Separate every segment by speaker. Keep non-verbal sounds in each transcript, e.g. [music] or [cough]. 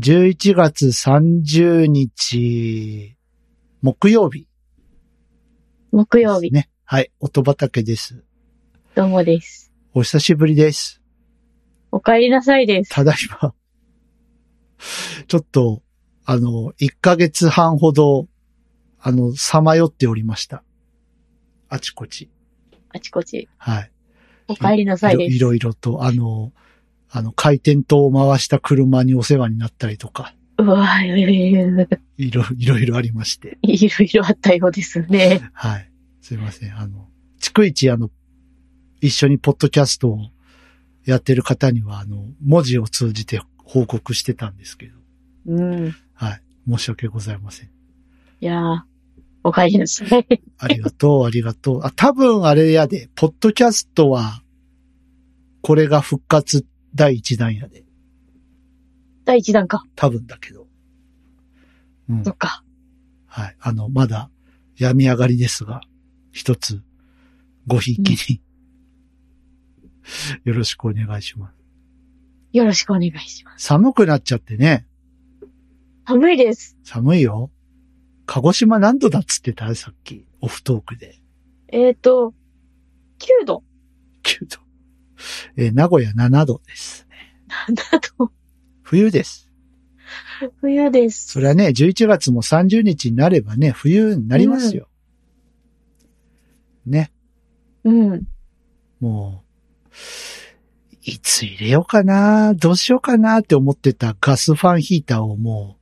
Speaker 1: 11月30日、木曜日、
Speaker 2: 木曜日、
Speaker 1: ね。はい。音畑です。
Speaker 2: どうもです。
Speaker 1: お久しぶりです。
Speaker 2: お帰りなさいです。
Speaker 1: ただいま、ちょっと、あの、1ヶ月半ほど、あの、さまよっておりました。あちこち。
Speaker 2: あちこち。
Speaker 1: はい。
Speaker 2: お帰りなさい
Speaker 1: いろ
Speaker 2: です。
Speaker 1: いろいろと、あの、あの、回転灯を回した車にお世話になったりとか、
Speaker 2: うわぁ、いろいろ
Speaker 1: いろ、いろいろありまして。
Speaker 2: いろいろあったようですね。
Speaker 1: はい。すいません。あの、逐一あの、一緒にポッドキャストをやってる方には、あの、文字を通じて報告してたんですけど、
Speaker 2: うん。い
Speaker 1: はい。申し訳ございません。
Speaker 2: やぁ、お帰りなさい。 [laughs]
Speaker 1: ありが [laughs] とう、ありがとう。あ、多分あれやで、ポッドキャストは、これが復活第一弾やで。
Speaker 2: 第一弾か。
Speaker 1: 多分だけど。うん
Speaker 2: そ。っか。
Speaker 1: はい。あの、まだ、病み上がりですが、一つ、ごひいきに、 [laughs] よろしくお願いします。
Speaker 2: よろしくお願いします。
Speaker 1: 寒くなっちゃってね。
Speaker 2: 寒いです。
Speaker 1: 寒いよ。鹿児島何度だっつってたさっき。オフトークで。
Speaker 2: えっ、ー、と、9度。 [laughs]
Speaker 1: 9度。えー名古屋7度です。
Speaker 2: 7度。
Speaker 1: 冬です。
Speaker 2: 冬です。
Speaker 1: それはね、11月も30日になればね、冬になりますよ。ね。
Speaker 2: うん。
Speaker 1: もう、いつ入れようかな、どうしようかなって思ってたガスファンヒーターをも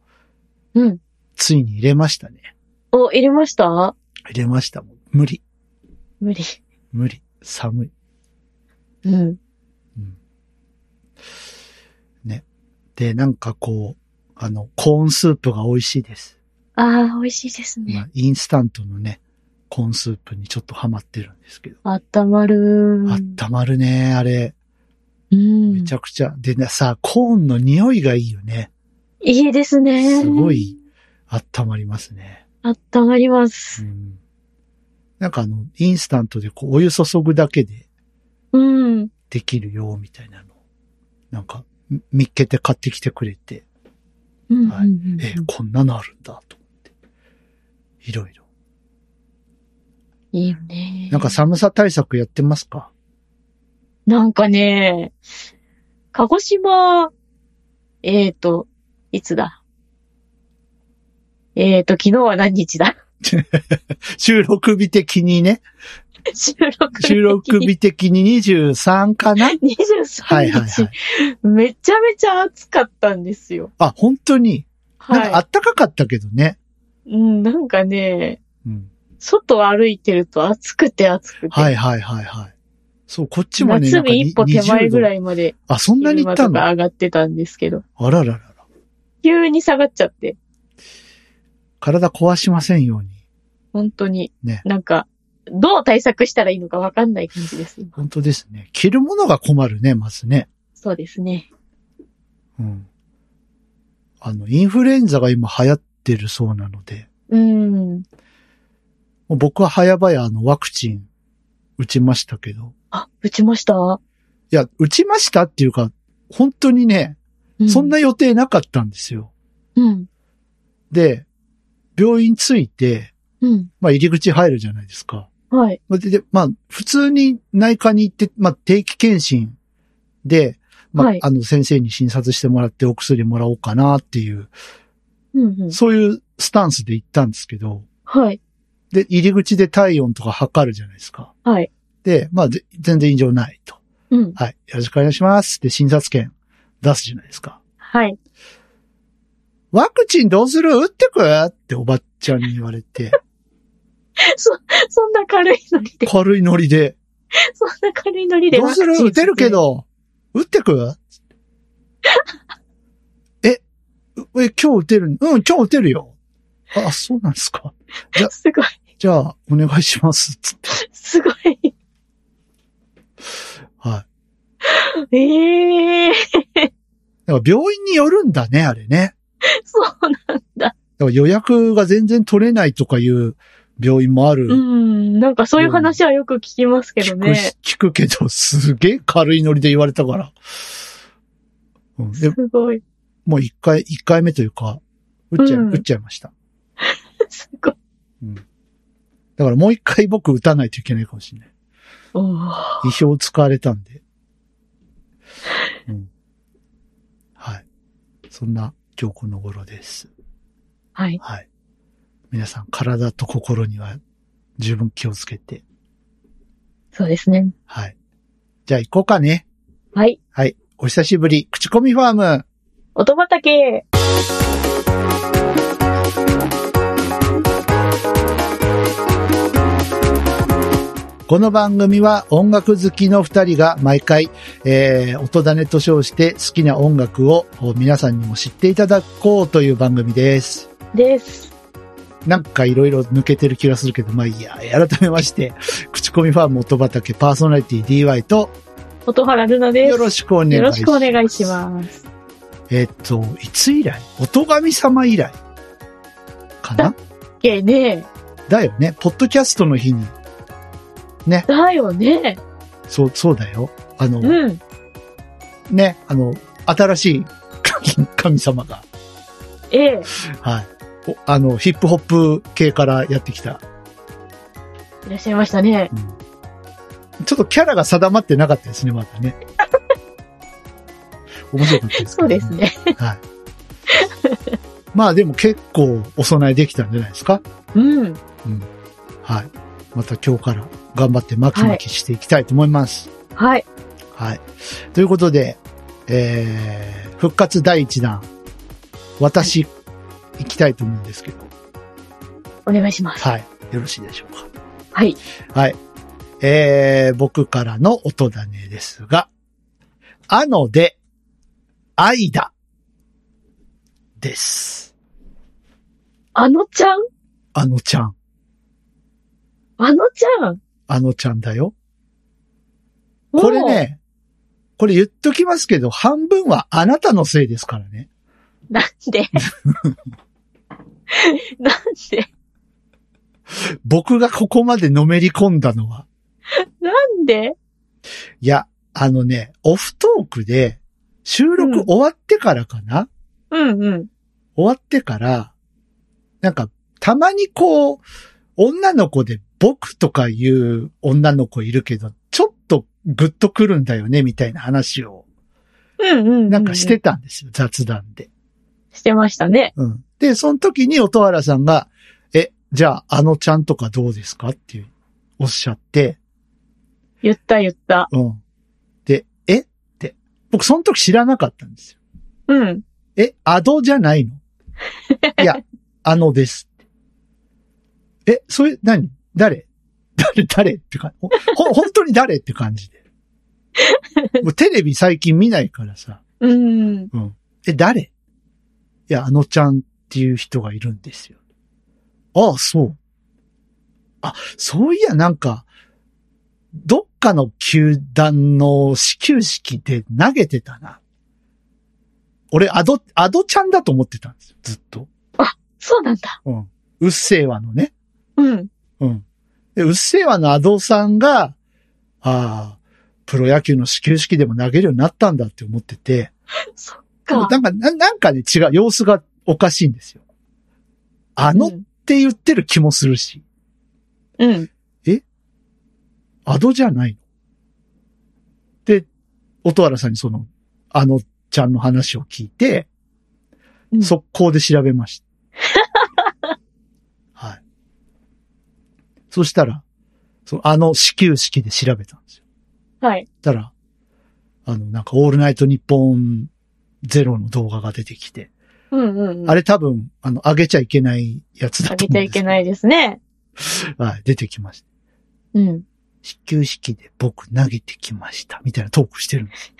Speaker 1: う、
Speaker 2: うん。
Speaker 1: ついに入れましたね。
Speaker 2: お、入れました
Speaker 1: 入れましたもん。無理、
Speaker 2: 無理。
Speaker 1: 無理、寒い。
Speaker 2: うん。
Speaker 1: うんね。で、なんかこう、あの、コーンスープが美味しいです。
Speaker 2: ああ、美味しいです
Speaker 1: ま
Speaker 2: ね。
Speaker 1: あ、インスタントのね、コーンスープにちょっとハマってるんですけど。
Speaker 2: あったまるー。
Speaker 1: あったまるね、あれ。
Speaker 2: うん。
Speaker 1: めちゃくちゃ。でね、さ、コーンの匂いがいいよね。
Speaker 2: いいですね。
Speaker 1: すご。い、あったまりますね。
Speaker 2: あったまりま
Speaker 1: う
Speaker 2: す。
Speaker 1: ん。なんかあの、インスタントでこう、お湯注ぐだけで
Speaker 2: うん。
Speaker 1: できるよ、みたいなの。なんか、み見っけて買ってきてくれて。
Speaker 2: うん
Speaker 1: はい
Speaker 2: うんうん
Speaker 1: えーこんなのあるんだ、と思って。いろいろ。
Speaker 2: いいよね。
Speaker 1: なんか、寒さ対策やってますか
Speaker 2: なんかね、鹿児島、えっ、ー、と、いつだえっ、ー、と、昨日は何日だ [laughs]
Speaker 1: 収録日的にね。
Speaker 2: 収録日。
Speaker 1: 収録。日的に23か
Speaker 2: [laughs]
Speaker 1: な
Speaker 2: 23日、
Speaker 1: はいはいはい。
Speaker 2: めちゃめちゃ暑かったんですよ。
Speaker 1: あ、本当に。なんかあ
Speaker 2: は
Speaker 1: ったかかったけどね。
Speaker 2: い。うん、なんかね、
Speaker 1: うん。
Speaker 2: 外歩いてると暑くて暑くて。
Speaker 1: はいはいはいはい。そう、こっちもね、
Speaker 2: 夏日一歩手前ぐら
Speaker 1: い。
Speaker 2: いまで
Speaker 1: あ、そんなに行
Speaker 2: 昼
Speaker 1: った
Speaker 2: 間と
Speaker 1: の
Speaker 2: か
Speaker 1: あ
Speaker 2: 上がってたんですけど、
Speaker 1: らららら。
Speaker 2: 急に下がっちゃって。
Speaker 1: 体壊しませんように。
Speaker 2: 本当に。
Speaker 1: ね
Speaker 2: なんか、どう対策したらいいのかわかんない感じです。今
Speaker 1: 本当ですね。着るものが困るね、まずね。
Speaker 2: そうですね。
Speaker 1: うん。あの、インフルエンザが今流行ってるそうなので。
Speaker 2: うん。
Speaker 1: もう僕は早々あのワクチン打ちましたけど。
Speaker 2: あ、打ちました、う
Speaker 1: いや、打ちましたっていうか、本当にね、そんな予定なかったんですよ。
Speaker 2: うん。
Speaker 1: で、病院着いて、
Speaker 2: うん。
Speaker 1: まあ入り口入るじゃないですか。
Speaker 2: はい。
Speaker 1: まあで、でまあ普通に内科に行って、まあ定期検診で、まあ、
Speaker 2: はい
Speaker 1: あの先生に診察してもらってお薬もらおうかなっていう、
Speaker 2: うん、うん。
Speaker 1: そういうスタンスで行ったんですけど、
Speaker 2: はい。
Speaker 1: で、入り口で体温とか測るじゃないですか。
Speaker 2: はい。
Speaker 1: で、まあぜ全然異常ないと。
Speaker 2: うん。
Speaker 1: はい、よろしくお願いしますって診察券出すじゃないですか。
Speaker 2: はい。 [laughs]
Speaker 1: ワクチンどうする打ってくっておばっちゃんに言われ
Speaker 2: [laughs]
Speaker 1: て、
Speaker 2: そんな軽いノリで、 [laughs]
Speaker 1: 軽いノリで、
Speaker 2: そんな軽いノリで。
Speaker 1: どうする
Speaker 2: ワクチン
Speaker 1: 打てるけ。ど、打って
Speaker 2: [laughs]
Speaker 1: くえ、うえ、今日打てるうん、今日打てるよ。あ、そうなんですか。
Speaker 2: すごい、
Speaker 1: じゃあ、お願いします。つって。
Speaker 2: すごい。
Speaker 1: はい。
Speaker 2: ええ
Speaker 1: だから病院によるんだね、あれね。
Speaker 2: そうな、
Speaker 1: だから予約が全然取れないとかいう病院もある。
Speaker 2: うん。なんかそういう話はよく聞きますけど
Speaker 1: 聞く
Speaker 2: ね
Speaker 1: し。聞くけど、すげえ軽いノリで言われたから。うん、です
Speaker 2: ごい。
Speaker 1: もう一回、一回目というか、打っちゃい、
Speaker 2: うん
Speaker 1: 打っちゃいました。
Speaker 2: すごい。
Speaker 1: だからもう一回僕打たないといけないかもしれない。
Speaker 2: おー
Speaker 1: 意表を使われたんで。うん。はい。そんな今日この頃です。
Speaker 2: はい。
Speaker 1: はい。皆さん、体と心には十分気をつけて。
Speaker 2: そうですね。
Speaker 1: はい。じゃあ行こうかね。
Speaker 2: はい。
Speaker 1: はい。お久しぶり。口コミファーム。
Speaker 2: 音畑
Speaker 1: この番組は音楽好きの二人が毎回、えー、音種と称して好きな音楽を皆さんにも知っていただこうという番組です。
Speaker 2: です。
Speaker 1: なんかいろいろ抜けてる気がするけど、まあいいや。改めまして、 [laughs] 口コミファーム音畑パーソナリティ DY と
Speaker 2: 音原ルナです。
Speaker 1: よろしくお願いします。
Speaker 2: よろしくお願いします。
Speaker 1: えっと、いつ以来音神様以来かな
Speaker 2: けね、
Speaker 1: だよね。ポッドキャストの日に。
Speaker 2: だよね。
Speaker 1: そう、そうだよ。あの、
Speaker 2: うん。
Speaker 1: ね、あの、新しい神様が、
Speaker 2: ええ。
Speaker 1: はい。おあの、ヒップホップ系からやってきた。
Speaker 2: いらっしゃいましたね。
Speaker 1: うんちょっとキャラが定まってなかったですね、まだ
Speaker 2: [laughs]
Speaker 1: ね。面白かったですけ
Speaker 2: そ
Speaker 1: ど
Speaker 2: うですね。
Speaker 1: はい。まあでも結構お供えできたんじゃないですか
Speaker 2: うん。
Speaker 1: はい。また今日から頑張ってマキマキしていきたいと思います。
Speaker 2: はい。
Speaker 1: はい。ということで、えー、復活第一弾、私、行きたいと思うんですけど、
Speaker 2: お願いします。
Speaker 1: はい。よろしいでしょうか。
Speaker 2: はい。
Speaker 1: はい。えー、僕からの音種ですが、あので、愛だ、です。
Speaker 2: あのちゃん
Speaker 1: あのちゃん、
Speaker 2: あのちゃん
Speaker 1: あのちゃんだよ。
Speaker 2: もう
Speaker 1: これね、これ言っときますけど、半分はあなたのせいですからね。
Speaker 2: なん
Speaker 1: [laughs]
Speaker 2: でなんで
Speaker 1: 僕がここまでのめり込んだのは。
Speaker 2: なんで
Speaker 1: いや、あのね、オフトークで、収録終わってからかな、
Speaker 2: うんうん。
Speaker 1: 終わってから、なんか、たまにこう、女の子で僕とかいう女の子いるけど、ちょっとグッとくるんだよね、みたいな話を、
Speaker 2: うんうん、うん。
Speaker 1: なんかして。たんですよ、雑談で。
Speaker 2: してましたね。
Speaker 1: うん。で、その時に音原さんが、え、じゃあ、あのちゃんとかどうですかっていう、おっしゃって、
Speaker 2: 言った言った。
Speaker 1: うん。で、えって。僕、その時知らなかったんですよ。
Speaker 2: うん。
Speaker 1: え、アドじゃないのいや、あのですって。え、それ、何誰誰誰ってか、ほ、ほ本当に誰って感じで。もうテレビ最近見ないからさ。
Speaker 2: うん。
Speaker 1: え、誰いや、あのちゃんっていう人がいるんですよ。ああ、そう。あ、そういや、なんか、どっかの球団の始球式で投げてたな。俺、アド、アドちゃんだと思ってたんですよ、ずっと。
Speaker 2: そうなんだ。
Speaker 1: うん。うっせーわのね。
Speaker 2: うん。
Speaker 1: うん。で、うっせぇわのアドさんが、ああ、プロ野球の始球式でも投げるようになったんだって思ってて、
Speaker 2: そっ
Speaker 1: でも
Speaker 2: か。
Speaker 1: なんか、ななんかね、違う、様子がおかしいんですよ。あのっ
Speaker 2: うん
Speaker 1: て言ってる気もするし、
Speaker 2: うん。
Speaker 1: アドじゃないの。で、音原さんにその、あのちゃんの話を聞いて、
Speaker 2: うん
Speaker 1: 速攻で調べました。
Speaker 2: [laughs]
Speaker 1: はい。そしたら、そのあの始球式で調べたんですよ。
Speaker 2: はい。
Speaker 1: ったら、あの、なんか、オールナイトニッポンゼロの動画が出てきて、
Speaker 2: うんうんうん。
Speaker 1: あ
Speaker 2: れ
Speaker 1: れ多分、あの、上げちゃいけないやつ
Speaker 2: あ
Speaker 1: だと
Speaker 2: げ
Speaker 1: 思うんで
Speaker 2: ちゃい
Speaker 1: すけ
Speaker 2: け
Speaker 1: ど。
Speaker 2: ないですね。
Speaker 1: はい、出てきました。
Speaker 2: うん。
Speaker 1: 始球式で僕投げてきました、みたいなトークしてるんです。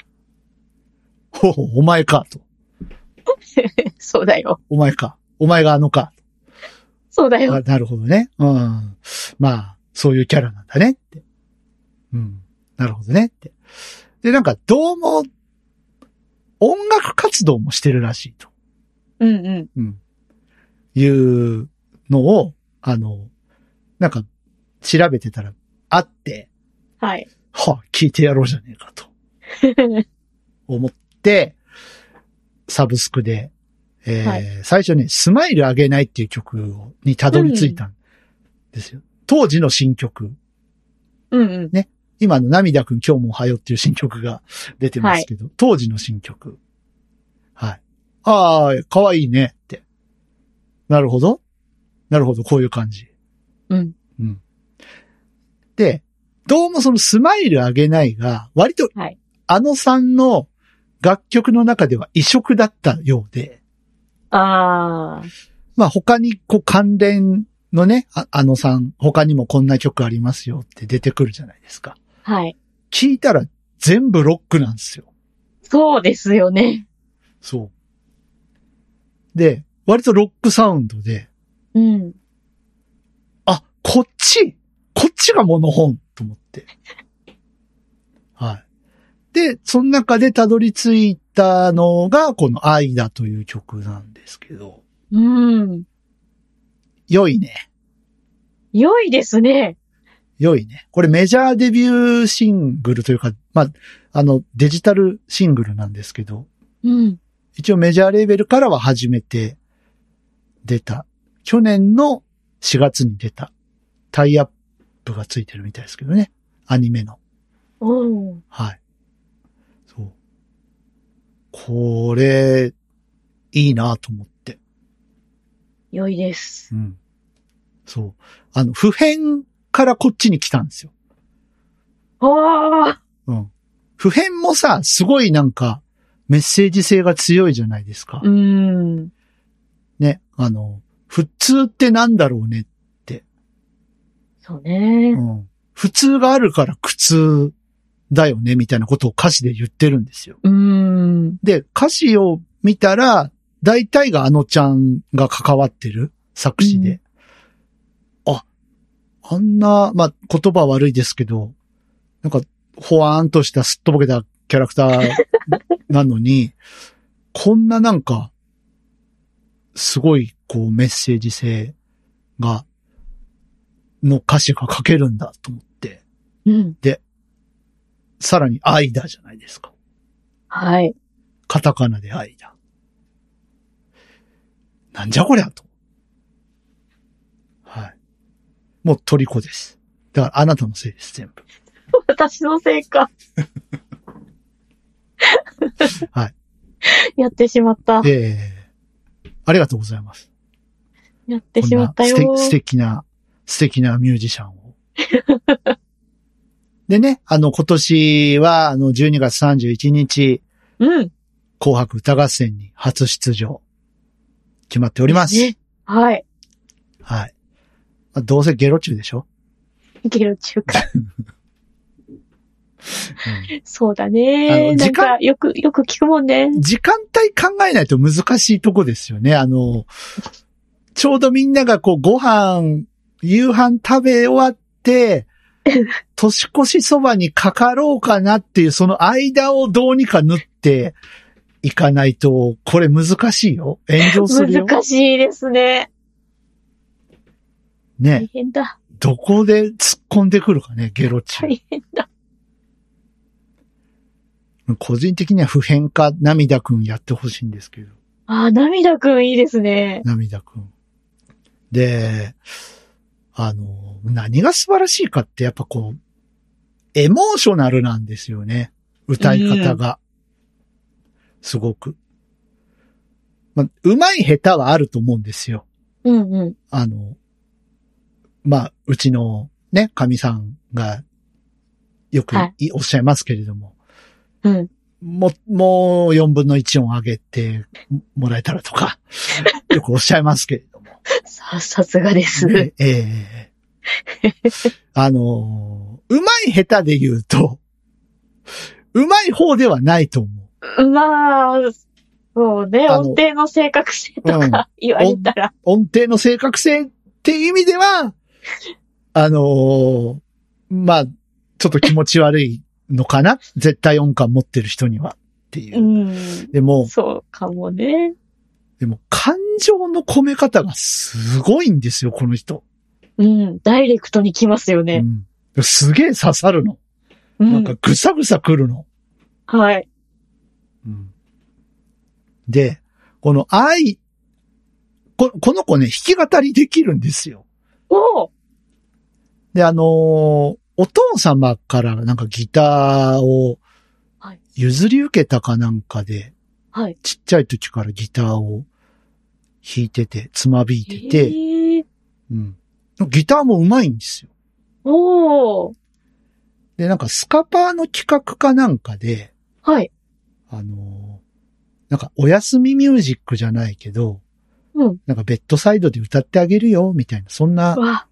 Speaker 1: ほうほう、お前か、と。
Speaker 2: そうだよ。
Speaker 1: お前か。お前があのか。
Speaker 2: そうだよ。
Speaker 1: あなるほどね。うん。まあ、そういうキャラなんだねって。うん。なるほどねって。で、なんか、どうも、音楽活動もしてるらしいと。
Speaker 2: うんうん。
Speaker 1: うん。いうのを、あの、なんか、調べてたら、あって、
Speaker 2: はい。 [laughs]
Speaker 1: はあ、聞いてやろうじゃねえかと思って、サブスクで、えー
Speaker 2: は
Speaker 1: 最初ね、スマイルあげないっていう曲をにたどり着いたんですよ。当時の新曲。
Speaker 2: うんうん。
Speaker 1: 今の涙くん今日もおはようっていう新曲が出てますけど、当時の新曲。はい。ああ、かわいいねって。なるほど。なるほど、こういう感じ。
Speaker 2: うん。
Speaker 1: うん。で、どうもそのスマイルあげないが、割と
Speaker 2: はい、
Speaker 1: あのさんの楽曲の中では異色だったようで、
Speaker 2: ああ、
Speaker 1: まあ他にこう関連のね、ああのさん、他にもこんな曲ありますよって出てくるじゃないですか。
Speaker 2: はい。
Speaker 1: 聞いたら全部ロックなんですよ。
Speaker 2: そうですよね。
Speaker 1: そう。で、割とロックサウンドで、
Speaker 2: うん。
Speaker 1: あ、こっちこっちがモノホンと思って。はい。で、その中でたどり着いたのが、この愛だという曲なんですけど、
Speaker 2: うん。
Speaker 1: 良いね。
Speaker 2: 良いですね。
Speaker 1: 良いね。これメジャーデビューシングルというか、まあ、あの、デジタルシングルなんですけど、
Speaker 2: うん。
Speaker 1: 一応メジャーレーベルからは初めて出た。去年の4月に出た。タイアップがついてるみたいですけどね。アニメの。
Speaker 2: おー
Speaker 1: はい。そう。これ、いいなと思って。
Speaker 2: 良いです。
Speaker 1: うん。そう。あの、普遍からこっちに来たんですよ。
Speaker 2: ああ、
Speaker 1: うん。普遍もさ、すごいなんか、メッセージ性が強いじゃないですか。
Speaker 2: うん。
Speaker 1: ね。あの、普通ってなんだろうね。
Speaker 2: そうね
Speaker 1: う。ん。普通があるから苦痛だよね、みたいなことを歌詞で言ってるんですよ。
Speaker 2: うん。
Speaker 1: で、歌詞を見たら、大体があのちゃんが関わってる作詞で。あ、あんな、まあ、言葉悪いですけど、なんか、ほわーんとしたすっとぼけたキャラクター [laughs] なのに、こんななんか、すごい、こう、メッセージ性が、の歌詞が書けるんだと思って、
Speaker 2: うん。
Speaker 1: さらに愛だじゃないですか。
Speaker 2: はい。
Speaker 1: カタカナで愛だ。なんじゃこりゃと。はい。もう虜です。だからあなたのせいです、全部。
Speaker 2: 私のせいか。
Speaker 1: はい。
Speaker 2: [laughs] やってしまった。
Speaker 1: ええありがとうございます。
Speaker 2: やってしまったよ
Speaker 1: こんな素敵素敵な、素敵なミュージシャンを。 [laughs] でね、あの、今年は、あの、12月31日、
Speaker 2: うん。
Speaker 1: 紅白歌合戦に初出場、決まっております。
Speaker 2: ねはい。
Speaker 1: はい。まあどうせゲロ中でしょ、
Speaker 2: いける中か。
Speaker 1: うん
Speaker 2: そうだ
Speaker 1: あの
Speaker 2: ね。な
Speaker 1: 時
Speaker 2: ん
Speaker 1: 間
Speaker 2: か、よく、よく聞くもんね。
Speaker 1: 時間帯考えないと難しいとこですよね。あの、ちょうどみんながこうご飯、夕飯食べ終わ
Speaker 2: [laughs]
Speaker 1: って、年越しそばにかかろうかなっていうその間をどうにか縫っていかないと、これ難しいよ。炎上するよ。
Speaker 2: 難しいですね。大
Speaker 1: ね。
Speaker 2: 変だ。
Speaker 1: どこで突っ込んでくるかね、ゲロチ。
Speaker 2: 大変だ。
Speaker 1: 個人的には普遍化涙くんやってほしいんですけど。
Speaker 2: ああ、涙くんいいですね。
Speaker 1: [laughs] 涙くん。で、あの、何が素晴らしいかって、やっぱこう、エモーショナルなんですよね。歌い方が。すごく。まあ、うまい下手はあると思うんですよ。
Speaker 2: うんうん。
Speaker 1: あの、まあ、うちのね、神さんがよくい
Speaker 2: は
Speaker 1: おっしゃいますけれども、
Speaker 2: うん。
Speaker 1: も、もう4分の1音上げてもらえたらとか、よくおっしゃいますけれども。
Speaker 2: さ、さすがです。
Speaker 1: え [laughs] えええあのーうまい下手で言うと、うまい方ではないと思う。
Speaker 2: まあ、そうね、
Speaker 1: あの
Speaker 2: 音程の正確性と
Speaker 1: うん
Speaker 2: か言われたら、
Speaker 1: 音程の正確性っていう意味では、あのーまあ、ちょっと気持ち悪いのかな絶対音感持ってる人にはっていうう。
Speaker 2: ん、
Speaker 1: でも、
Speaker 2: そうかもね。
Speaker 1: でも感情の込め方がすごいんですよ、この人。
Speaker 2: うん、ダイレクトに来ますよ
Speaker 1: う
Speaker 2: ね。
Speaker 1: ん、すげえ刺さるの。
Speaker 2: う
Speaker 1: なん
Speaker 2: ん、
Speaker 1: かぐさぐさくるの。
Speaker 2: はい。
Speaker 1: うんで、この愛、ここの子ね、弾き語りできるんですよ。
Speaker 2: おー
Speaker 1: で、あのーお父様からなんかギターを
Speaker 2: はい
Speaker 1: 譲り受けたかなんかで、
Speaker 2: はい。
Speaker 1: ちっちゃい時からギターを弾いてて、つまびいてて、
Speaker 2: えー、
Speaker 1: うん。ギターも上手いんですよ。
Speaker 2: おー
Speaker 1: で、なんかスカパーの企画かなんかで、
Speaker 2: はい。
Speaker 1: あのーなんかお休みミュージックじゃないけど、
Speaker 2: うん。
Speaker 1: なんかベッドサイドで歌ってあげるよ、みたいな、そんな、
Speaker 2: わ、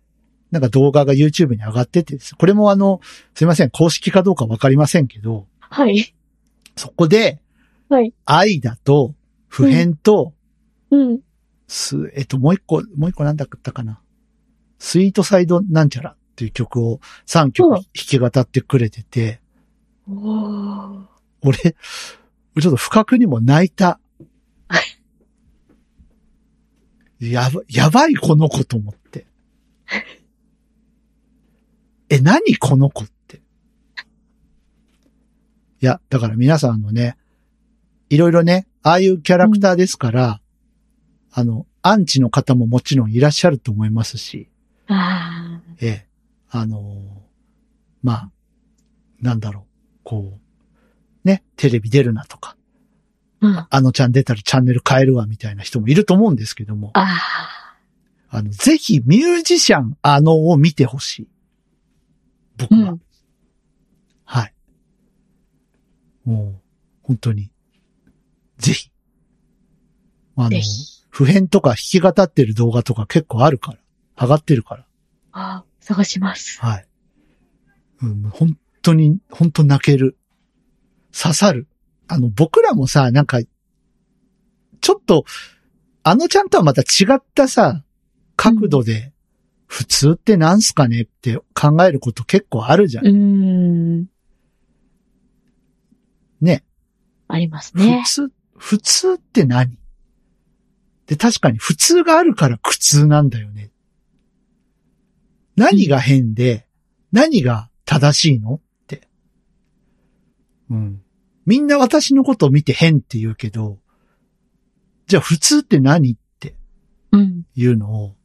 Speaker 1: なんか動画が YouTube に上がっててですこれもあの、すいません、公式かどうかわかりませんけど、
Speaker 2: はい。
Speaker 1: そこで、
Speaker 2: はい。
Speaker 1: 愛だと、普遍と、
Speaker 2: うん。
Speaker 1: す、えっと、もう一個、もう一個なんだったかな。スイートサイドなんちゃらっていう曲を3曲
Speaker 2: うん
Speaker 1: 弾き語ってくれてて、
Speaker 2: おー
Speaker 1: [laughs] 俺、ちょっと不覚にも泣いた。やば、やばいこの子と思って。え、何この子って。いや、だから皆さんあのね、いろいろね、ああいうキャラクターですから、あの、アンチの方ももちろんいらっしゃると思いますし、
Speaker 2: あー
Speaker 1: ええ、あのーまあ、なんだろう、こう、ね、テレビ出るなとか、
Speaker 2: うん。あ
Speaker 1: あのちゃん出たらチャンネル変えるわみたいな人もいると思うんですけども、
Speaker 2: あ
Speaker 1: あの、ぜひミュージシャンあのを見てほしい。僕
Speaker 2: ー。う
Speaker 1: は。
Speaker 2: ん。
Speaker 1: はい。もう、本当に。ぜひ。あの
Speaker 2: ぜ、ひ。
Speaker 1: 普遍とか弾き語ってる動画とか結構あるから。上がってるから。
Speaker 2: あー探します。
Speaker 1: はい。うん、本当に、本当泣ける。刺さる。あの、僕らもさ、なんか、ちょっと、あのちゃんとはまた違ったさ、角度で、普通ってなんすかねって考えること結構あるじゃん。
Speaker 2: うーん。
Speaker 1: ね。
Speaker 2: ありますね
Speaker 1: 普。通、普通って何で、確かに普通があるから苦痛なんだよね。何が変で、何が正しいのって。うん。みんな私のことを見て変って言うけど、じゃあ普通って何って
Speaker 2: うん。
Speaker 1: いうのを、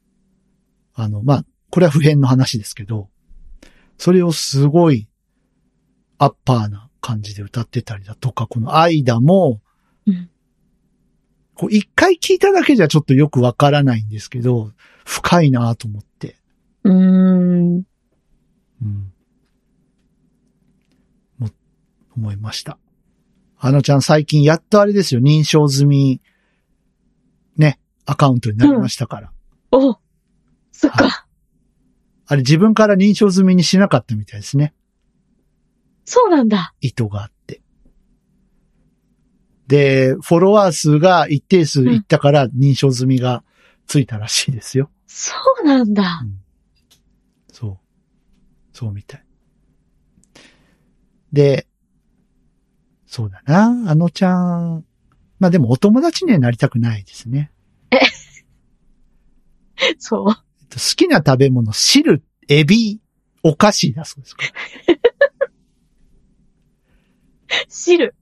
Speaker 1: あの、まあ、これは普遍の話ですけど、それをすごいアッパーな感じで歌ってたりだとか、この間も、
Speaker 2: うん。
Speaker 1: こう一回聞いただけじゃちょっとよくわからないんですけど、深いなと思って。
Speaker 2: うーん。
Speaker 1: うん。も、思いました。あのちゃん最近やっとあれですよ、認証済み、ね、アカウントになりましたから。
Speaker 2: おそっ
Speaker 1: は
Speaker 2: か。
Speaker 1: あれ自分から認証済みにしなかったみたいですね。
Speaker 2: そうなんだ。
Speaker 1: 意図があって。で、フォロワー数が一定数いったから認証済みがついたらしいですよ。
Speaker 2: そうなんだ。
Speaker 1: そう。そうみたい。で、そうだな、あのちゃん。まあでもお友達にはなりたくないですね。
Speaker 2: そう。
Speaker 1: えっと好きな食べ物、汁、エビ、お菓子だそうですから。
Speaker 2: 汁。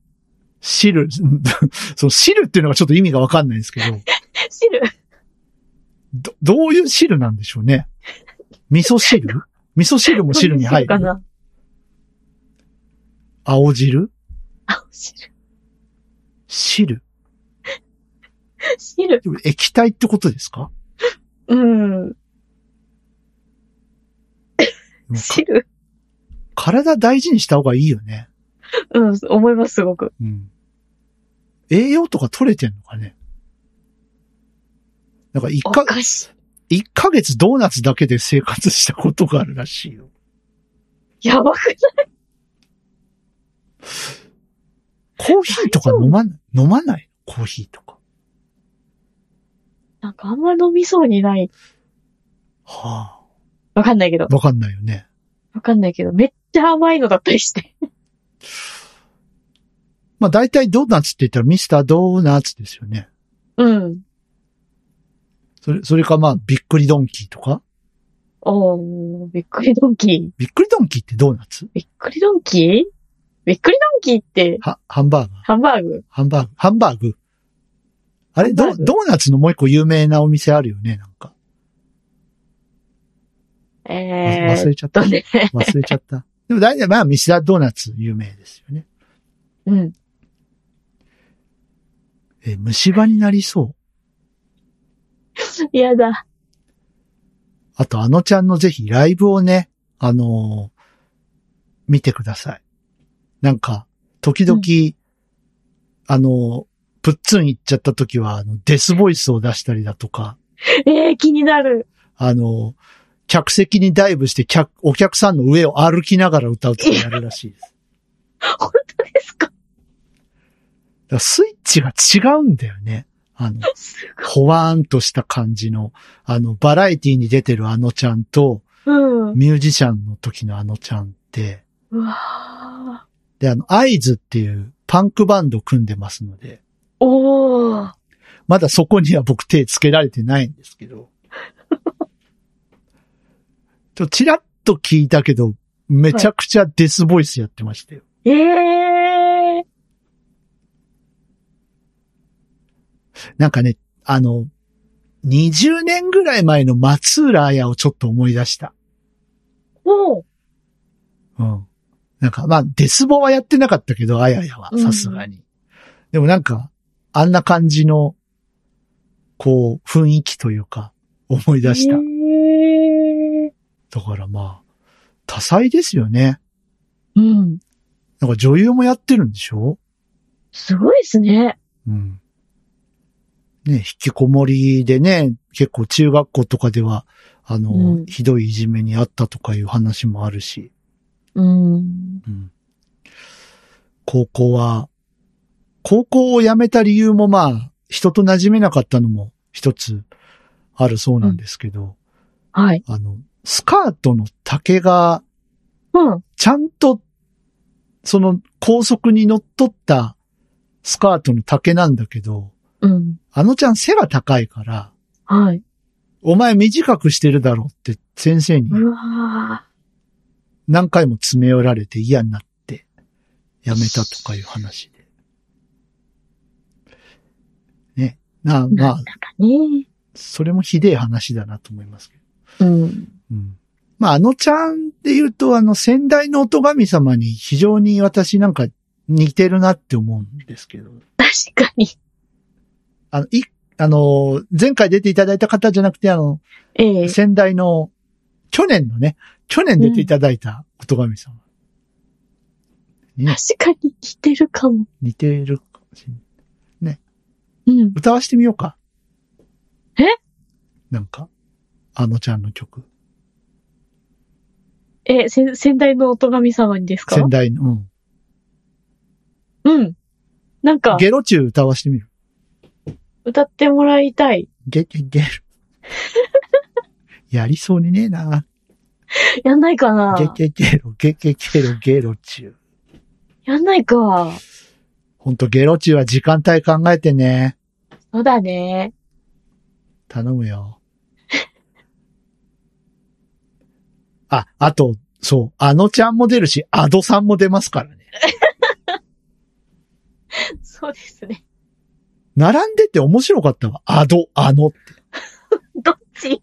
Speaker 1: 汁、 [laughs] そう、汁っていうのがちょっと意味がわかんないですけど、
Speaker 2: 汁。
Speaker 1: ど、どういう汁なんでしょう
Speaker 2: [laughs]
Speaker 1: ね。味噌汁味噌汁も汁に入
Speaker 2: どういう汁か
Speaker 1: る。
Speaker 2: な。
Speaker 1: 青汁
Speaker 2: あ、汁。
Speaker 1: 汁
Speaker 2: 汁。
Speaker 1: でも液体ってことですか
Speaker 2: うん。
Speaker 1: でもか
Speaker 2: 汁。
Speaker 1: 体大事にした方がいいよね。
Speaker 2: うん、思います、すごく。
Speaker 1: うん。栄養とか取れてんのかねなんか一
Speaker 2: お
Speaker 1: か、
Speaker 2: 菓子。
Speaker 1: 一ヶ月ドーナツだけで生活したことがあるらしいよ。
Speaker 2: やばくない
Speaker 1: コーヒーとか
Speaker 2: 大丈夫
Speaker 1: 飲まない、飲まないコーヒーとか。
Speaker 2: なんかあんま飲みそうにない。
Speaker 1: は
Speaker 2: わかんないけど
Speaker 1: あ、。わかんないよね。
Speaker 2: わかんないけど、めっちゃ甘いのだったりして。
Speaker 1: まあ大体ドーナツって言ったらミスタードーナツですよね。
Speaker 2: うん。
Speaker 1: それ、それかまあびっくりドンキーとか
Speaker 2: おー、びっくりドンキー。
Speaker 1: びっくりドンキーってドーナツ
Speaker 2: びっくりドンキーびっくりドンキーって、
Speaker 1: は、ハンバーガー
Speaker 2: ハンバーグ
Speaker 1: ハンバーグハンバーグあれ、
Speaker 2: ハンバ
Speaker 1: ド、
Speaker 2: ーグ
Speaker 1: ドーナツのもう一個有名なお店あるよね、なんか。わ
Speaker 2: え
Speaker 1: 忘
Speaker 2: ーっ
Speaker 1: れちゃった
Speaker 2: と。ね。
Speaker 1: [laughs] 忘れちゃった。でも大体、まあ、ミシダドーナツ有名ですよね。
Speaker 2: うん。
Speaker 1: え、虫歯になりそう。
Speaker 2: やだ。
Speaker 1: あと、あのちゃんのぜひライブをね、あのー見てください。なんか、時々、
Speaker 2: う
Speaker 1: あのープッツン行っちゃった時は、あの、デスボイスを出したりだとか、
Speaker 2: えー、気になる。
Speaker 1: あのー客席にダイブして客、お客さんの上を歩きながら歌うとかやるらしいです。だか
Speaker 2: 本当ですから
Speaker 1: スイッチが違うんだよね。あの、
Speaker 2: す
Speaker 1: ほわーんとした感じの、あの、バラエティに出てるあのちゃんと、
Speaker 2: ごい。うん。
Speaker 1: ミュージシャンの時のあのちゃんって、
Speaker 2: うわ
Speaker 1: で、あの、アイズっていうパンクバンド組んでますので、
Speaker 2: ーおー。
Speaker 1: まだそこには僕手つけられてないんですけど、ちょ、チラッと聞いたけど、めちゃくちゃデスボイスやってましたよ。
Speaker 2: ええー。
Speaker 1: なんかね、あの、20年ぐらい前の松浦綾をちょっと思い出した。
Speaker 2: おー。
Speaker 1: うん。なんか、まあ、デスボはやってなかったけど、あややは
Speaker 2: う、ん
Speaker 1: さすがに。でもなんか、あんな感じの、こう、雰囲気というか、思い出した。
Speaker 2: えー。
Speaker 1: だからまあ、多彩ですよね。
Speaker 2: うん。
Speaker 1: なんか女優もやってるんでしょ
Speaker 2: すごいですね。
Speaker 1: うん。ね、引きこもりでね、結構中学校とかでは、あの、
Speaker 2: うん
Speaker 1: ひどいいじめにあったとかいう話もあるし。
Speaker 2: うん。
Speaker 1: うん高校は、高校を辞めた理由もまあ、人と馴染めなかったのも一つあるそうなんですけど、
Speaker 2: はい。
Speaker 1: あの、スカートの丈が、
Speaker 2: うん。
Speaker 1: ちゃんと、その高速に乗っ取ったスカートの丈なんだけど、
Speaker 2: うん。
Speaker 1: あのちゃん背が高いから、
Speaker 2: はい。
Speaker 1: お前短くしてるだろって先生に
Speaker 2: うわ
Speaker 1: 何回も詰め寄られて嫌になって、やめたとかいう話で。ね。な、まあ
Speaker 2: ー。なん、だかね。
Speaker 1: それもひでえ話だなと思いますけど。
Speaker 2: うん。
Speaker 1: うん。まあ、あのちゃんで言うと、あの、先代の音神様に非常に私なんか似てるなって思うんですけど。
Speaker 2: 確かに。
Speaker 1: あの、い、あの、前回出ていただいた方じゃなくて、あの、
Speaker 2: ええ
Speaker 1: 先代の、去年のね、去年出ていただいた音神様。
Speaker 2: 確かに似てるかも。
Speaker 1: 似てるかもしれない。
Speaker 2: うん。
Speaker 1: 歌わしてみようか。
Speaker 2: え
Speaker 1: なんか、あのちゃんの曲。
Speaker 2: え、せ、先代の音神様にですか
Speaker 1: 先代の、うん。
Speaker 2: うん。なんか、
Speaker 1: ゲロチュー歌わしてみる。
Speaker 2: 歌ってもらいたい。 [laughs]
Speaker 1: ゲゲゲロ。 [laughs] やりそうにねえな。
Speaker 2: やんないかな
Speaker 1: ゲゲゲロ、ゲゲゲロ、ゲロチュー。
Speaker 2: やんないか。
Speaker 1: ほんとゲロチューは時間帯考えてね。
Speaker 2: そうだね。
Speaker 1: 頼むよ。 [laughs] あ、あと、そう、あのちゃんも出るし、アドさんも出ますからね。
Speaker 2: そうですね。 [laughs]
Speaker 1: 並んでて面白かったわ。アド、あのって。
Speaker 2: どっ
Speaker 1: [laughs]
Speaker 2: ち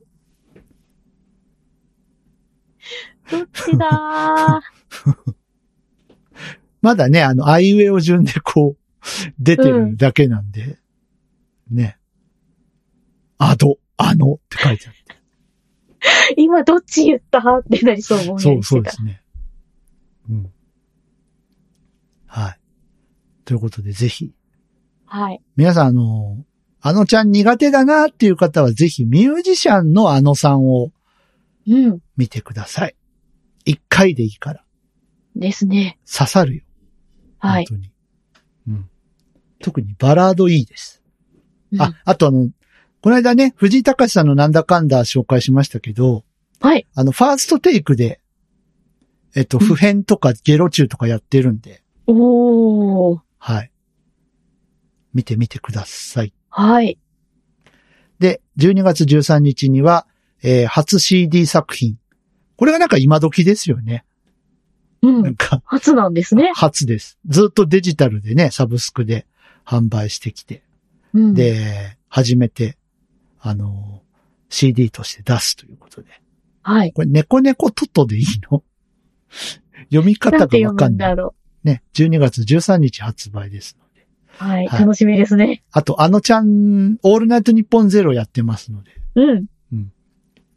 Speaker 2: どっちだ
Speaker 1: まだね、あの、アイウェイを順でこう、 [laughs] 出てるだけなんで、ね。アド、あのって書いてある。
Speaker 2: ー今どっち言ったってなりそうもんや
Speaker 1: そ
Speaker 2: り
Speaker 1: う、
Speaker 2: し
Speaker 1: そ
Speaker 2: て
Speaker 1: う
Speaker 2: た
Speaker 1: ですね。うん。はい。ということで、ぜひ、
Speaker 2: はい。
Speaker 1: 皆さん、あの、あのちゃん苦手だなっていう方は、ぜひ、ミュージシャンのあのさんを
Speaker 2: うん。
Speaker 1: 見てください。一回でいいから、
Speaker 2: ですね。
Speaker 1: 刺さるよ。
Speaker 2: は
Speaker 1: 本
Speaker 2: い。
Speaker 1: 当に。うん。特にバラードいいです。
Speaker 2: う
Speaker 1: あ
Speaker 2: ん、
Speaker 1: あとあの、この間ね、藤井隆さんのなんだかんだ紹介しましたけど、
Speaker 2: はい。
Speaker 1: あの、ファーストテイクで、えっと、
Speaker 2: うん
Speaker 1: 普遍とかゲロ中とかやってるんで、
Speaker 2: おー。
Speaker 1: はい。見てみてください。
Speaker 2: はい。
Speaker 1: で、12月13日には、えー初 CD 作品。これがなんか今時ですよね。
Speaker 2: う
Speaker 1: なん
Speaker 2: ん。
Speaker 1: か、
Speaker 2: 初なんですね。
Speaker 1: 初です。ずっとデジタルでね、サブスクで販売してきて。
Speaker 2: うん、
Speaker 1: で、初めて、あの、CD として出すということで。
Speaker 2: はい。
Speaker 1: これ、猫猫トトでいいの [laughs] 読み
Speaker 2: な
Speaker 1: 方
Speaker 2: んて
Speaker 1: が
Speaker 2: 読
Speaker 1: わか
Speaker 2: む
Speaker 1: ん
Speaker 2: ん
Speaker 1: な
Speaker 2: だ
Speaker 1: い。
Speaker 2: ろ
Speaker 1: ね、12月13日発売ですので。
Speaker 2: う。はい。
Speaker 1: はい
Speaker 2: 楽しみですね。
Speaker 1: あと、あのちゃん、オールナイトニッポンゼロやってますので、
Speaker 2: うん。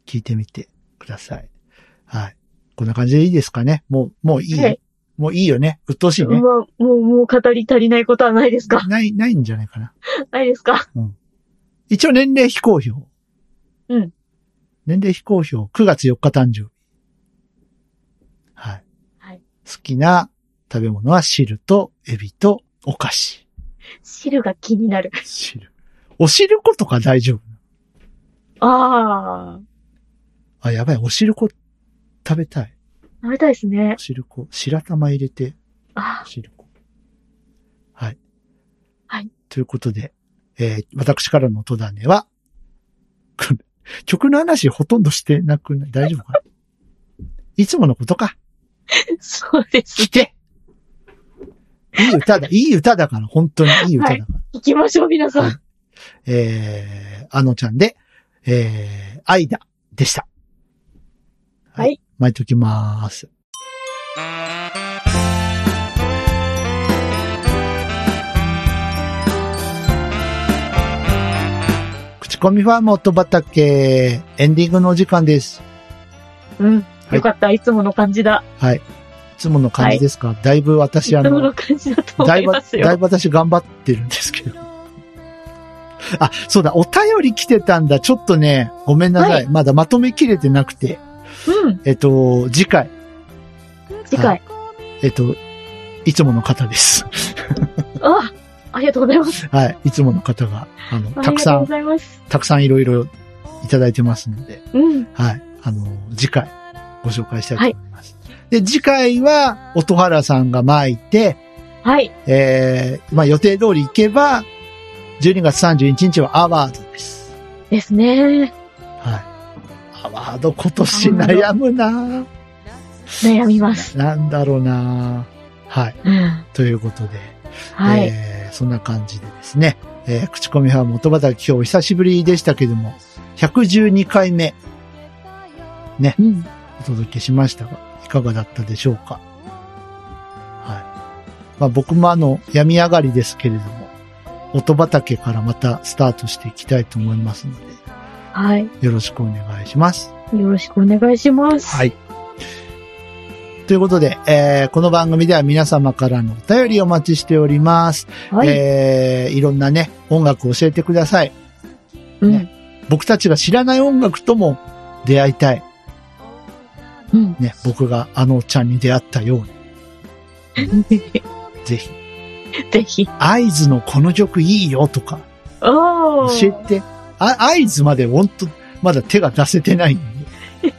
Speaker 1: 聞いてみてください。はい。こんな感じでいいですかねもう、もういい、
Speaker 2: はい
Speaker 1: もういいよね鬱陶しいね。
Speaker 2: まあ、もう、もう語り足りないことはないで
Speaker 1: [laughs]
Speaker 2: すか
Speaker 1: ない、ないんじゃないかな。
Speaker 2: ないですか
Speaker 1: 一応年齢非公表。
Speaker 2: うん。
Speaker 1: 年齢非公表、9月4日誕生日。はい。
Speaker 2: はい
Speaker 1: 好きな食べ物は汁とエビとお菓子。
Speaker 2: 汁が気になる。
Speaker 1: 汁。お汁粉とか大丈夫
Speaker 2: ああ、
Speaker 1: あ、やばい、お汁粉食べたい。
Speaker 2: 食べたいですね
Speaker 1: お。汁粉、白玉入れて、
Speaker 2: あ
Speaker 1: お汁粉。はい。
Speaker 2: はい。
Speaker 1: ということで、えー私からの音種は、 [laughs] これ曲の話ほとんどしてなくない大丈夫
Speaker 2: [laughs]
Speaker 1: かないつものことか。
Speaker 2: ーそうです。
Speaker 1: 聞けいい歌だ、いい歌だから、本当にいい歌だから。
Speaker 2: 行きましょう、皆さん。
Speaker 1: はいえー、あのちゃんで、えー、愛だでした。
Speaker 2: はい。
Speaker 1: 巻いときまーす。口コミファーム音畑、エンディングのお時間です。
Speaker 2: うん。
Speaker 1: い
Speaker 2: よかった、いつもの感じだ。
Speaker 1: はい。いつもの感じですか、だいぶ
Speaker 2: い
Speaker 1: 私
Speaker 2: つ
Speaker 1: あ
Speaker 2: も
Speaker 1: の
Speaker 2: の、感じだと [laughs] 思
Speaker 1: だい
Speaker 2: い
Speaker 1: ぶ、
Speaker 2: ますよ。
Speaker 1: だいぶ私頑張ってるんですけど。 [laughs] あ、そうだ、お便り来てたんだ。ちょっとね、ごめんなさい。
Speaker 2: はい
Speaker 1: まだまとめきれてなくて。
Speaker 2: うん。
Speaker 1: えっと、次回、
Speaker 2: 次回。
Speaker 1: えっと、いつもの方です。 [laughs]
Speaker 2: あ、ありがとうございます。
Speaker 1: はい。いつもの方が、あの、
Speaker 2: あ
Speaker 1: た
Speaker 2: り
Speaker 1: く
Speaker 2: がと
Speaker 1: さ
Speaker 2: うご
Speaker 1: ん、
Speaker 2: ざいます。
Speaker 1: たくさんいろいろいただいてますので、
Speaker 2: うん。
Speaker 1: はい。あの、次回、ご紹介したいと思います。で、次回は、音原さんが巻いて、
Speaker 2: はい。
Speaker 1: えー、まあ予定通り行けば、12月31日はアワードです。
Speaker 2: ですね。
Speaker 1: はい。アワード今年悩むなぁ
Speaker 2: 悩みます。
Speaker 1: なんだろうなぁはい。
Speaker 2: うん。
Speaker 1: ということで、
Speaker 2: はい。
Speaker 1: えーそんな感じでですね、えー口コミファーム音畑今日久しぶりでしたけども、112回目
Speaker 2: うん。
Speaker 1: お届けしましたが、いかがだったでしょうかはい。まあ僕もあの、病み上がりですけれども、音畑からまたスタートしていきたいと思いますの
Speaker 2: はい。
Speaker 1: で、よろしくお願いします。
Speaker 2: よろしくお願いします。
Speaker 1: はい。ということで、えーこの番組では皆様からのお便りをお待ちしております。
Speaker 2: はい。
Speaker 1: えーいろんなね、音楽を教えてください。
Speaker 2: うん。
Speaker 1: 僕たちが知らない音楽とも出会いたい。
Speaker 2: うん。
Speaker 1: ね、僕があのおっちゃんに出会ったように、ぜひ、
Speaker 2: [laughs] ぜひ。
Speaker 1: 合図のこの曲いいよとか、
Speaker 2: おー。
Speaker 1: 教えて、あ合図まで本当まだ手が出せてないん
Speaker 2: [laughs]
Speaker 1: で。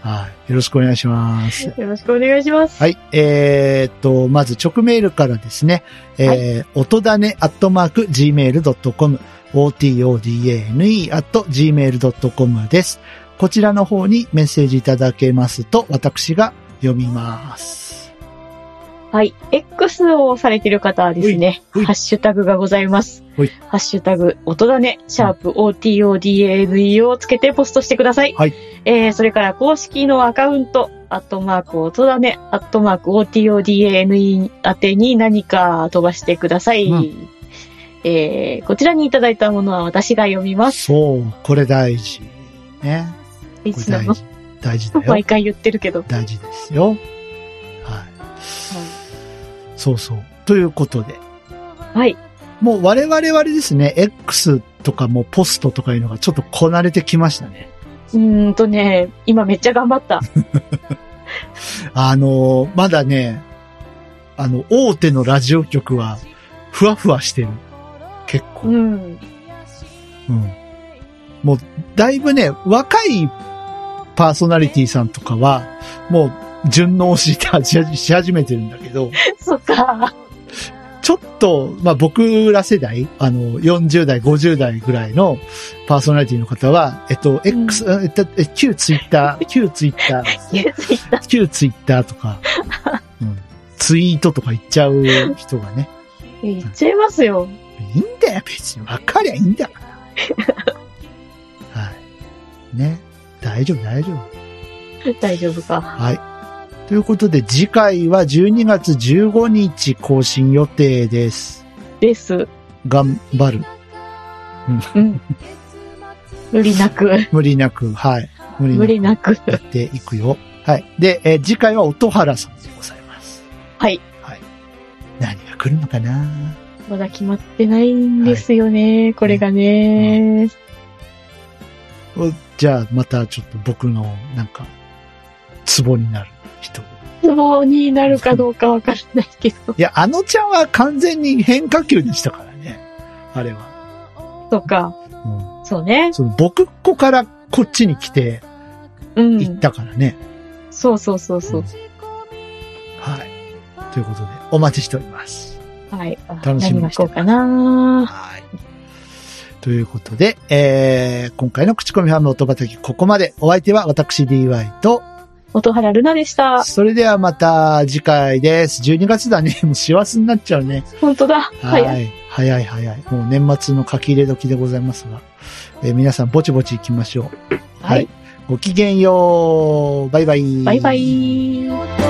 Speaker 1: はい。よろしくお願いします。
Speaker 2: よろしくお願いします。
Speaker 1: はい。えーっと、まず直メールからですね。えー音だね、アットマーク、gmail.com、otodane、アット、gmail.com です。こちらの方にメッセージいただけますと、私が読みます。
Speaker 2: はい。X をされている方はですね、
Speaker 1: ほいほい
Speaker 2: ハッシュタグがございます。
Speaker 1: ほい
Speaker 2: ハッシュタグ、音だね、シャープ OTODANE をつけてポストしてください。
Speaker 1: はい
Speaker 2: えー、それから公式のアカウント、アットマーク音だね、アットマーク OTODANE 宛てに何か飛ばしてください。
Speaker 1: うん
Speaker 2: えー、こちらにいただいたものは私が読みます。
Speaker 1: そう、これ大事。ね。
Speaker 2: い
Speaker 1: こ
Speaker 2: つ
Speaker 1: れ大
Speaker 2: も
Speaker 1: 事。大事だよ
Speaker 2: 毎。回言ってるけど。
Speaker 1: 大事ですよ。はい。そうそう。ということで。
Speaker 2: はい。
Speaker 1: もう我々はですね、X とかもポストとかいうのがちょっとこなれてきましたね。
Speaker 2: うーんとね、今めっちゃ頑張った。
Speaker 1: あのーまだね、あの、大手のラジオ局は、ふわふわしてる。結
Speaker 2: う
Speaker 1: 構。
Speaker 2: ん。
Speaker 1: うん。もう、だいぶね、若いパーソナリティさんとかは、もう、順応して始し始めてるんだけど、
Speaker 2: そっか。 [laughs]
Speaker 1: ちょっと、まあ、僕ら世代、あの、40代、50代ぐらいのパーソナリティの方は、えっと、
Speaker 2: ん
Speaker 1: X、えっと、え旧ツイッタ
Speaker 2: [laughs]
Speaker 1: ー、旧ツイッター、
Speaker 2: 言えず言った。
Speaker 1: 旧ツイッターとか、うん、ツイートとか言っちゃう人がね、
Speaker 2: いっちゃいますよ。
Speaker 1: いいんだよ、別に。わかりゃいいんだ
Speaker 2: [laughs]
Speaker 1: から。はい。ね。大丈夫、大丈夫。
Speaker 2: 大丈夫か。
Speaker 1: はい。ということで、次回は12月15日更新予定です。
Speaker 2: です。
Speaker 1: 頑張る。
Speaker 2: うん。無理なく、
Speaker 1: 無理なく、はい。無理な
Speaker 2: 無理
Speaker 1: く
Speaker 2: なく。
Speaker 1: やっていくよ。はい。で、えー次回は音原さんでございます。
Speaker 2: はい。
Speaker 1: はい。何が来るのかな
Speaker 2: まだ決まってないんですよね、これがね、
Speaker 1: おじゃあ、またちょっと僕の、なんか、ツボになる人。
Speaker 2: ツボになるかどうかわからないけど、
Speaker 1: いや、あのちゃんは完全に変化球でしたからね。あれは。
Speaker 2: とか、
Speaker 1: う
Speaker 2: そうね
Speaker 1: ん。。その僕っ子からこっちに来て
Speaker 2: う
Speaker 1: 行っ
Speaker 2: ん。
Speaker 1: たからね。
Speaker 2: そうそうそうそう。
Speaker 1: はい。ということで、お待ちしております。
Speaker 2: はい。あ
Speaker 1: 楽しみ
Speaker 2: 何
Speaker 1: に
Speaker 2: が
Speaker 1: し
Speaker 2: して
Speaker 1: ま
Speaker 2: よう
Speaker 1: す
Speaker 2: かな
Speaker 1: はい。ということで、えー、今回の口コミファーム音畑ここまで。お相手は私 DY と、
Speaker 2: 音原ルナでした。
Speaker 1: それではまた次回です。12月だね。 [laughs] もう師走になっちゃうね。
Speaker 2: 本当だ。はい。
Speaker 1: はい。早い早い。もう年末の書き入れ時でございますが、えー皆さんぼちぼち行きましょう。
Speaker 2: はい。
Speaker 1: ごきげんよう。バイバイ。
Speaker 2: バイバイ。